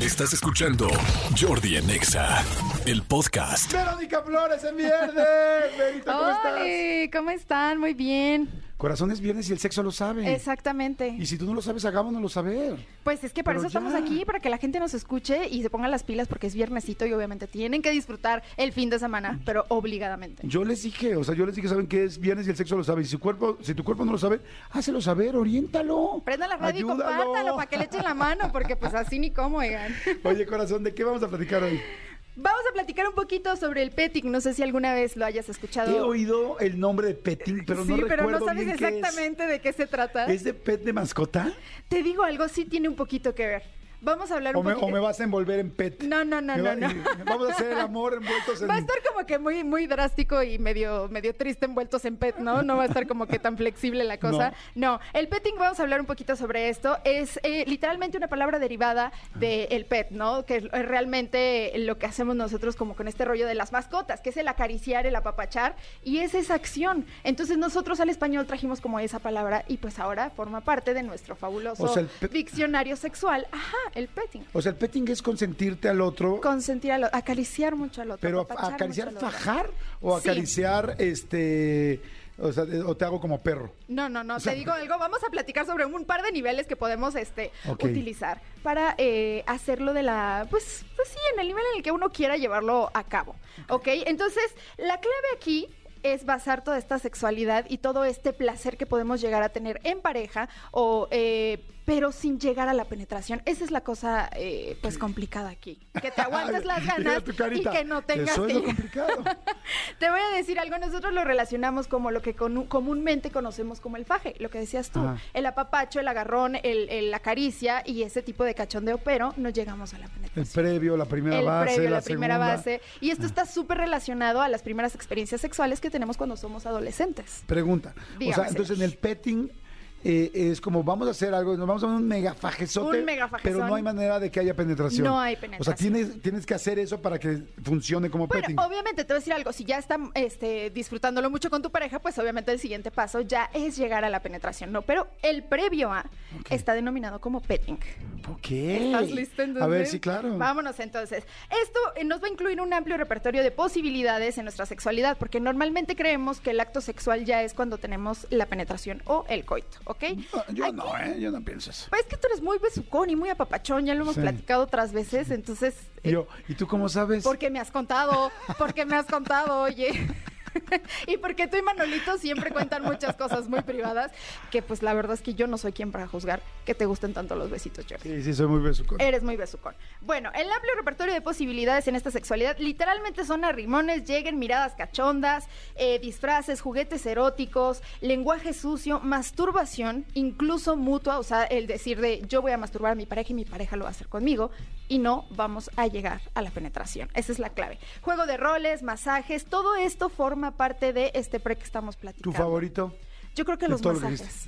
Estás escuchando Jordi en Exa, el podcast. Verónica Flores en viernes. Verita, ¿cómo estás? Oli, ¿Cómo están? Muy bien. Corazón es viernes y el sexo lo sabe. Exactamente. Y si tú no lo sabes, hagámonoslo saber. Pues es que para Pero eso estamos ya. aquí, para que la gente nos escuche y se ponga las pilas porque es viernesito y obviamente tienen que disfrutar el fin de semana, pero obligadamente. Yo les dije, o sea, yo les dije, saben que es viernes y el sexo lo sabe. Y si, cuerpo, si tu cuerpo no lo sabe, hácelo saber, oriéntalo. Prendan la radio Ayúdalo. y compártalo para que le echen la mano, porque pues así ni cómo, oigan. Oye, corazón, ¿de qué vamos a platicar hoy? Vamos a platicar un poquito sobre el petting. No sé si alguna vez lo hayas He escuchado. oído el nombre de petting, Eh, pero sí, no pero no recuerdo sabes bien qué es. exactamente de qué se trata. ¿Es de pet de mascota? Te digo algo, sí tiene un poquito que ver. Vamos a hablar ¿O un me, poquito. o me vas a envolver en pet? No, no, no, Me va- no, no. Vamos a hacer el amor envueltos en... Va a estar como que muy, muy drástico y medio, medio triste envueltos en pet, ¿no? No va a estar como que tan flexible la cosa. No, el petting, vamos a hablar un poquito sobre esto, es eh, literalmente una palabra derivada del pet, ¿no? Que es es realmente lo que hacemos nosotros como con este rollo de las mascotas, que es el acariciar, el apapachar, y es esa acción. Entonces nosotros al español trajimos como esa palabra y pues ahora forma parte de nuestro fabuloso O sea, el pe- diccionario sexual. Ajá, el petting. O sea, el petting es consentirte al otro Consentir, al o- acariciar mucho al otro. Pero a- apapachar acariciar mucho al otro. fajar o Sí. acariciar este o sea, de- o te hago como perro. No, no, no, sea- te digo algo, vamos a platicar sobre un par de niveles que podemos este, Ok. utilizar para eh, hacerlo de la, pues, pues sí, en el nivel en el que uno quiera llevarlo a cabo, ¿ok? Entonces, la clave aquí es basar toda esta sexualidad y todo este placer que podemos llegar a tener en pareja o... eh, pero sin llegar a la penetración. Esa es la cosa, eh, pues, complicada aquí. Que te aguantes las Mira ganas tu carita. y que no tengas Eso es lo que llegar. complicado. Te voy a decir algo, nosotros lo relacionamos como lo que conu- comúnmente conocemos como el faje, lo que decías tú, Ajá. el apapacho, el agarrón, el, el- la caricia y ese tipo de cachondeo, pero no llegamos a la El penetración. previo, la primera el base, previo, la, la, primera segunda. Ah. base. Y esto está súper relacionado a las primeras experiencias sexuales que tenemos cuando somos adolescentes. Pregunta. o Dígame, sea, entonces en señor. el petting eh, es como vamos a hacer algo, nos vamos a dar un mega fajezote, Un megafajezón. pero no hay manera de que haya penetración. No hay O sea, penetración. tienes, tienes que hacer eso para que funcione como Bueno, petting. obviamente te voy a decir algo, si ya están este, disfrutándolo mucho con tu pareja, pues obviamente el siguiente paso ya es llegar a la penetración, ¿no? Pero el previo a está denominado como petting. Ok. ¿Estás lista entonces? A ver, sí, claro. Vámonos entonces. Esto eh, nos va a incluir un amplio repertorio de posibilidades en nuestra sexualidad, porque normalmente creemos que el acto sexual ya es cuando tenemos la penetración o el coito, ¿ok? No, yo Aquí- no, ¿eh? Yo no pienso eso. Pues es que tú eres muy besucón y muy apapachón, ya lo hemos Sí. platicado otras veces, entonces... Y eh, yo, ¿y tú cómo sabes? porque me has contado, porque me has contado, oye. y porque tú y Manolito siempre cuentan muchas cosas muy privadas, que pues la verdad es que yo no soy quien para juzgar que te gusten tanto los besitos, Jordi. Sí, sí, soy muy besucón. Eres muy besucón. Bueno, el amplio repertorio de posibilidades en esta sexualidad literalmente son arrimones, lleguen miradas cachondas, eh, disfraces, juguetes eróticos, lenguaje sucio, masturbación, incluso mutua, o sea, el decir de yo voy a masturbar a mi pareja y mi pareja lo va a hacer conmigo y no vamos a llegar a la penetración. Esa es la clave. Juego de roles, masajes, todo esto forma parte de este pre que estamos platicando. ¿Tu favorito? Yo creo que de los todo lo que masajes.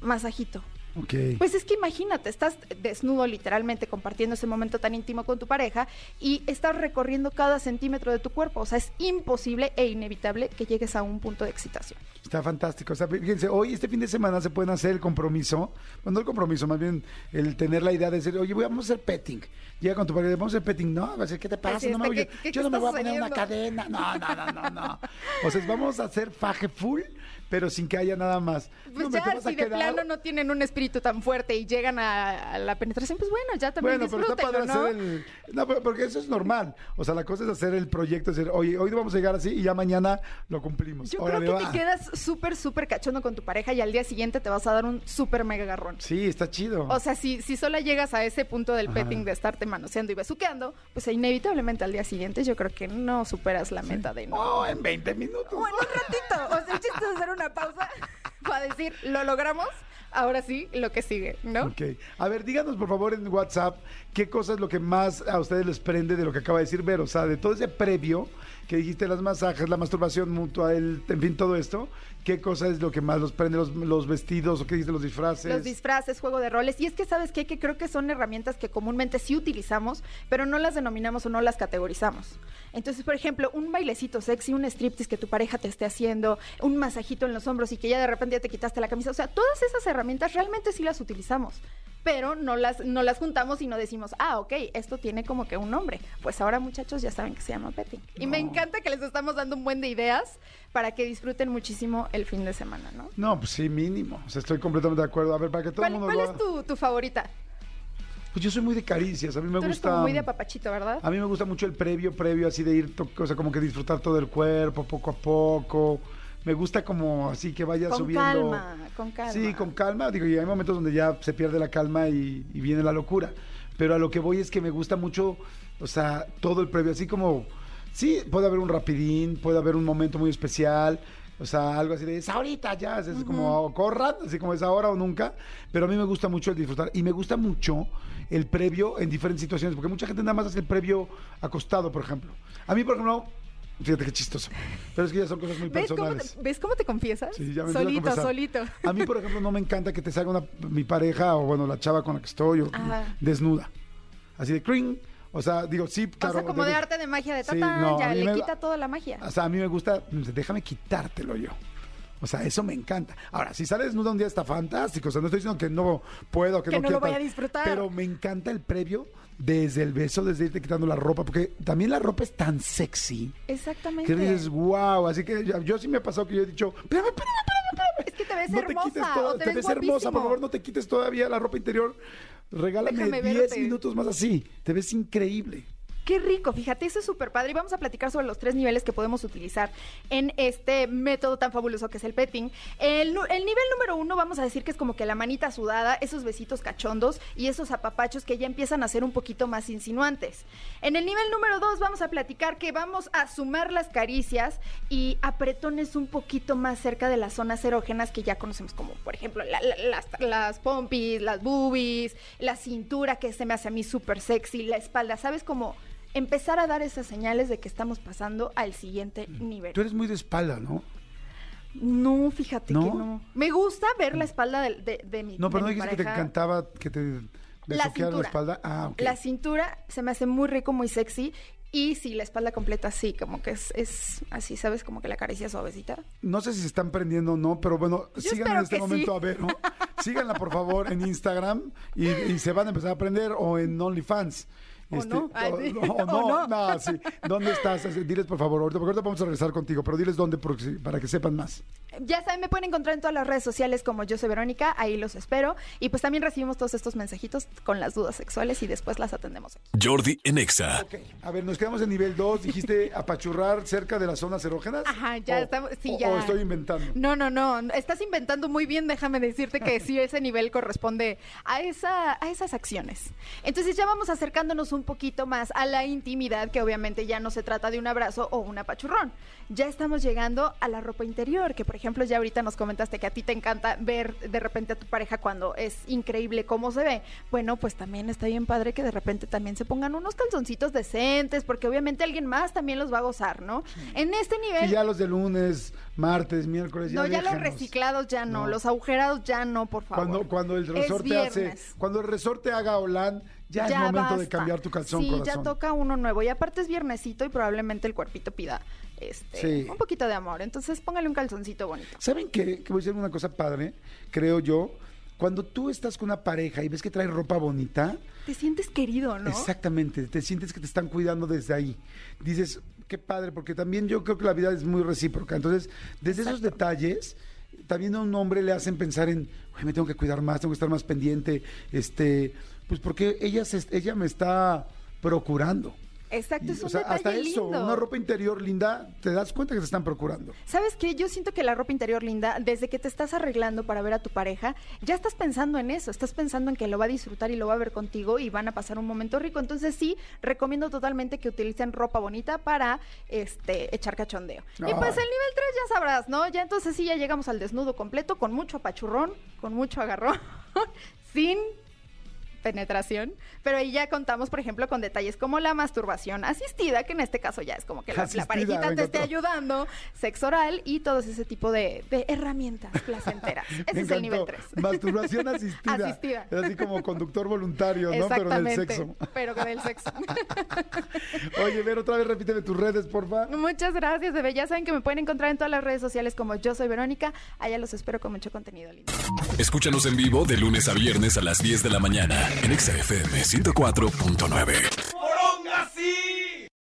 Masajito. Ok. Pues es que imagínate, estás desnudo literalmente compartiendo ese momento tan íntimo con tu pareja y estás recorriendo cada centímetro de tu cuerpo. O sea, es imposible e inevitable que llegues a un punto de excitación. Está fantástico. O sea, fíjense, hoy, este fin de semana, se pueden hacer el compromiso. Bueno, no el compromiso, más bien el tener la idea de decir, oye, voy- vamos a hacer petting. Llega con tu pareja, vamos a hacer petting. No, va a decir, ¿qué te pasa? Así no está, me voy- ¿qué- yo- qué- yo qué no me está voy a poner una sucediendo? cadena. No, no, no, no, no. O sea, vamos a hacer faje full, pero sin que haya nada más. Pues No, me te ya, vas a si de quedar- plano no tienen un espíritu tan fuerte y llegan a, a la penetración, pues bueno, ya también Bueno, pero está padre disfrútenlo, ¿no? hacer el... No, pero- porque eso es normal. O sea, la cosa es hacer el proyecto, es decir, oye, hoy vamos a llegar así y ya mañana lo cumplimos. Yo Órale, creo que va. te quedas súper, súper cachondo con tu pareja y al día siguiente te vas a dar un súper mega agarrón. Sí, está chido. O sea, si, si solo llegas a ese punto del Ajá. petting de estarte manoseando y besuqueando, pues inevitablemente al día siguiente yo creo que no superas la meta de no. Oh, en 20 minutos. O en un ratito. O sea, el chiste es hacer una pausa para decir, lo logramos, ahora sí, lo que sigue, ¿no? Ok. A ver, díganos por favor en WhatsApp qué cosa es lo que más a ustedes les prende de lo que acaba de decir Vero. O sea, de todo ese previo que dijiste, las masajes, la masturbación mutua, el, en fin, todo esto, ¿qué cosa es lo que más los prende? ¿Los, los vestidos o qué dijiste? ¿Los disfraces? Los disfraces, juego de roles. Y es que, ¿sabes qué? Que creo que son herramientas que comúnmente sí utilizamos, pero no las denominamos o no las categorizamos. Entonces, por ejemplo, un bailecito sexy, un striptease que tu pareja te esté haciendo, un masajito en los hombros y que ya de repente ya te quitaste la camisa. O sea, todas esas herramientas realmente sí las utilizamos. pero no las, no las juntamos y no decimos, ah, ok, esto tiene como que un nombre. Pues ahora, muchachos, ya saben que se llama petting. Y me encanta que les estamos dando un buen de ideas para que disfruten muchísimo el fin de semana, ¿no? No, pues sí, mínimo. O sea, estoy completamente de acuerdo. A ver, para que todo el ¿Cuál, mundo cuál lo es haga. tu, tu favorita? Pues yo soy muy de caricias, a mí me Tú eres gusta. como muy de apapachito, ¿verdad? A mí me gusta mucho el previo, previo, así de ir, to- o sea, como que disfrutar todo el cuerpo, poco a poco. Me gusta como así que vaya Con subiendo. calma, con calma. Sí, con calma. Digo, y hay momentos donde ya se pierde la calma y, y viene la locura. Pero a lo que voy es que me gusta mucho, o sea, todo el previo, así como, sí, puede haber un rapidín, puede haber un momento muy especial. O sea, algo así de, es ahorita ya, es como o corran, así como es ahora o nunca. Pero a mí me gusta mucho el disfrutar y me gusta mucho el previo en diferentes situaciones, porque mucha gente nada más hace el previo acostado, por ejemplo. A mí, por ejemplo, fíjate qué chistoso, pero es que ya son cosas muy ¿Ves cómo, personales. te, ¿Ves cómo te confiesas? Sí, ya me empiezo a solito, confesar. solito. A mí, por ejemplo, no me encanta que te salga una- mi pareja o, bueno, la chava con la que estoy o Ajá. desnuda. Así de cring. O sea, digo, sí, claro. o sea, como de debes- arte de magia, de Sí, tata, no, a ya mí le me- quita toda la magia. O sea, a mí me gusta, pues, déjame quitártelo yo. O sea, eso me encanta. Ahora, si sale desnuda un día está fantástico. O sea, no estoy diciendo que no puedo, que, Que no lo quiero vaya tal. a disfrutar. Pero me encanta el previo desde el beso, desde irte quitando la ropa, porque también la ropa es tan sexy. Exactamente. Que dices, wow, así que yo, yo sí me ha pasado que yo he dicho, espérame, espérame, espérame, espérame. Es que te ves No te hermosa. quites toda- o te, te ves hermosa, por guapísimo. favor, no te quites todavía la ropa interior. Regálame Déjame 10 verte. minutos más así. Te ves increíble. Qué rico, fíjate, eso es súper padre. Y vamos a platicar sobre los tres niveles que podemos utilizar en este método tan fabuloso que es el petting. El, nu- el nivel número uno, vamos a decir que es como que la manita sudada, esos besitos cachondos y esos apapachos que ya empiezan a ser un poquito más insinuantes. En el nivel número dos, vamos a platicar que vamos a sumar las caricias y apretones un poquito más cerca de las zonas erógenas que ya conocemos, como por ejemplo la- la- las, las pompis, las boobies, la cintura que se me hace a mí súper sexy, la espalda, ¿sabes? Como empezar a dar esas señales de que estamos pasando al siguiente nivel. Mm. Tú eres muy de espalda, ¿no? No, fíjate ¿No? Mm. que no. Me gusta ver la espalda de, de- de mi No, de pero no mi dijiste que te pareja. encantaba que te besuquearan la, cintura. espalda. Ah, ok. La cintura se me hace muy rico, muy sexy. Y sí, la espalda completa, sí, como que es, es así, ¿sabes? Como que la caricia suavecita. No sé si se están prendiendo o no, pero bueno, Yo síganla espero en este que momento sí. a Vero. Síganla, por favor, en Instagram y, y se van a empezar a aprender o en OnlyFans. Este, O no. Ay, o, sí. no, o O no, no. no, sí. ¿Dónde estás? Así, Diles, por favor, ahorita, porque ahorita vamos a regresar contigo, pero diles dónde por si- para que sepan más. Ya saben, me pueden encontrar en todas las redes sociales como yo soy Verónica, ahí los espero. Y pues también recibimos todos estos mensajitos con las dudas sexuales y después las atendemos aquí. Jordi en Exa. Ok, a ver, nos quedamos en nivel 2. Dijiste apachurrar cerca de las zonas erógenas. Ajá, ya O- estamos- sí, o- ya. O estoy inventando. No, no, no, estás inventando muy bien, déjame decirte que sí, ese nivel corresponde a, esa, a esas acciones. Entonces ya vamos acercándonos un poquito más a la intimidad, que obviamente ya no se trata de un abrazo o un apachurrón. Ya estamos llegando a la ropa interior, que por ejemplo ya ahorita nos comentaste que a ti te encanta ver de repente a tu pareja cuando es increíble cómo se ve. Bueno, pues también está bien padre que de repente también se pongan unos calzoncitos decentes, porque obviamente alguien más también los va a gozar, ¿no? En este nivel... Y ya los de lunes, martes, miércoles. No, ya los déjanos. reciclados ya no, pues No. los agujerados ya no, por favor. Cuando, cuando el Es resorte hace, viernes. cuando el resorte haga Holán, ya, es momento de basta. cambiar tu calzón, Sí, corazón. ya toca uno nuevo. Y aparte es viernesito y probablemente el cuerpito pida este, Sí. un poquito de amor. Entonces póngale un calzoncito bonito. ¿Saben qué? Que voy a decir una cosa padre, creo yo. Cuando tú estás con una pareja y ves que trae ropa bonita, Te sientes querido, ¿no? Exactamente, te sientes que te están cuidando desde ahí. Dices, qué padre, porque también yo creo que la vida es muy recíproca. Entonces, desde esos detalles, también a un hombre le hacen pensar en, "Güey, me tengo que cuidar más, tengo que estar más pendiente, este, pues porque ella, se- ella me está procurando. Exacto, es Y, un o sea, detalle hasta eso, lindo. una ropa interior linda, te das cuenta que te están procurando. ¿Sabes qué? Yo siento que la ropa interior linda, desde que te estás arreglando para ver a tu pareja, ya estás pensando en eso, estás pensando en que lo va a disfrutar y lo va a ver contigo y van a pasar un momento rico. Entonces sí, recomiendo totalmente que utilicen ropa bonita para este echar cachondeo. Y pues Ay. el nivel 3 ya sabrás, ¿no? Ya entonces sí, ya llegamos al desnudo completo, con mucho apachurrón, con mucho agarrón, sin penetración, pero ahí ya contamos, por ejemplo, con detalles como la masturbación asistida, que en este caso ya es como que la, la Asistida, parejita me te esté encantó. ayudando, sexo oral y todo ese tipo de, de herramientas placenteras. Ese Me es el nivel encantó. 3. Masturbación asistida. Asistida. Es así como conductor voluntario, ¿no? Pero del Exactamente, sexo. pero con el sexo. Oye, Vero, otra vez repíteme tus redes, porfa. Muchas gracias, bebé. Ya saben que me pueden encontrar en todas las redes sociales como yo soy Verónica. Allá los espero con mucho contenido lindo. Escúchanos en vivo de lunes a viernes a las 10 de la mañana en Exa FM 104.9.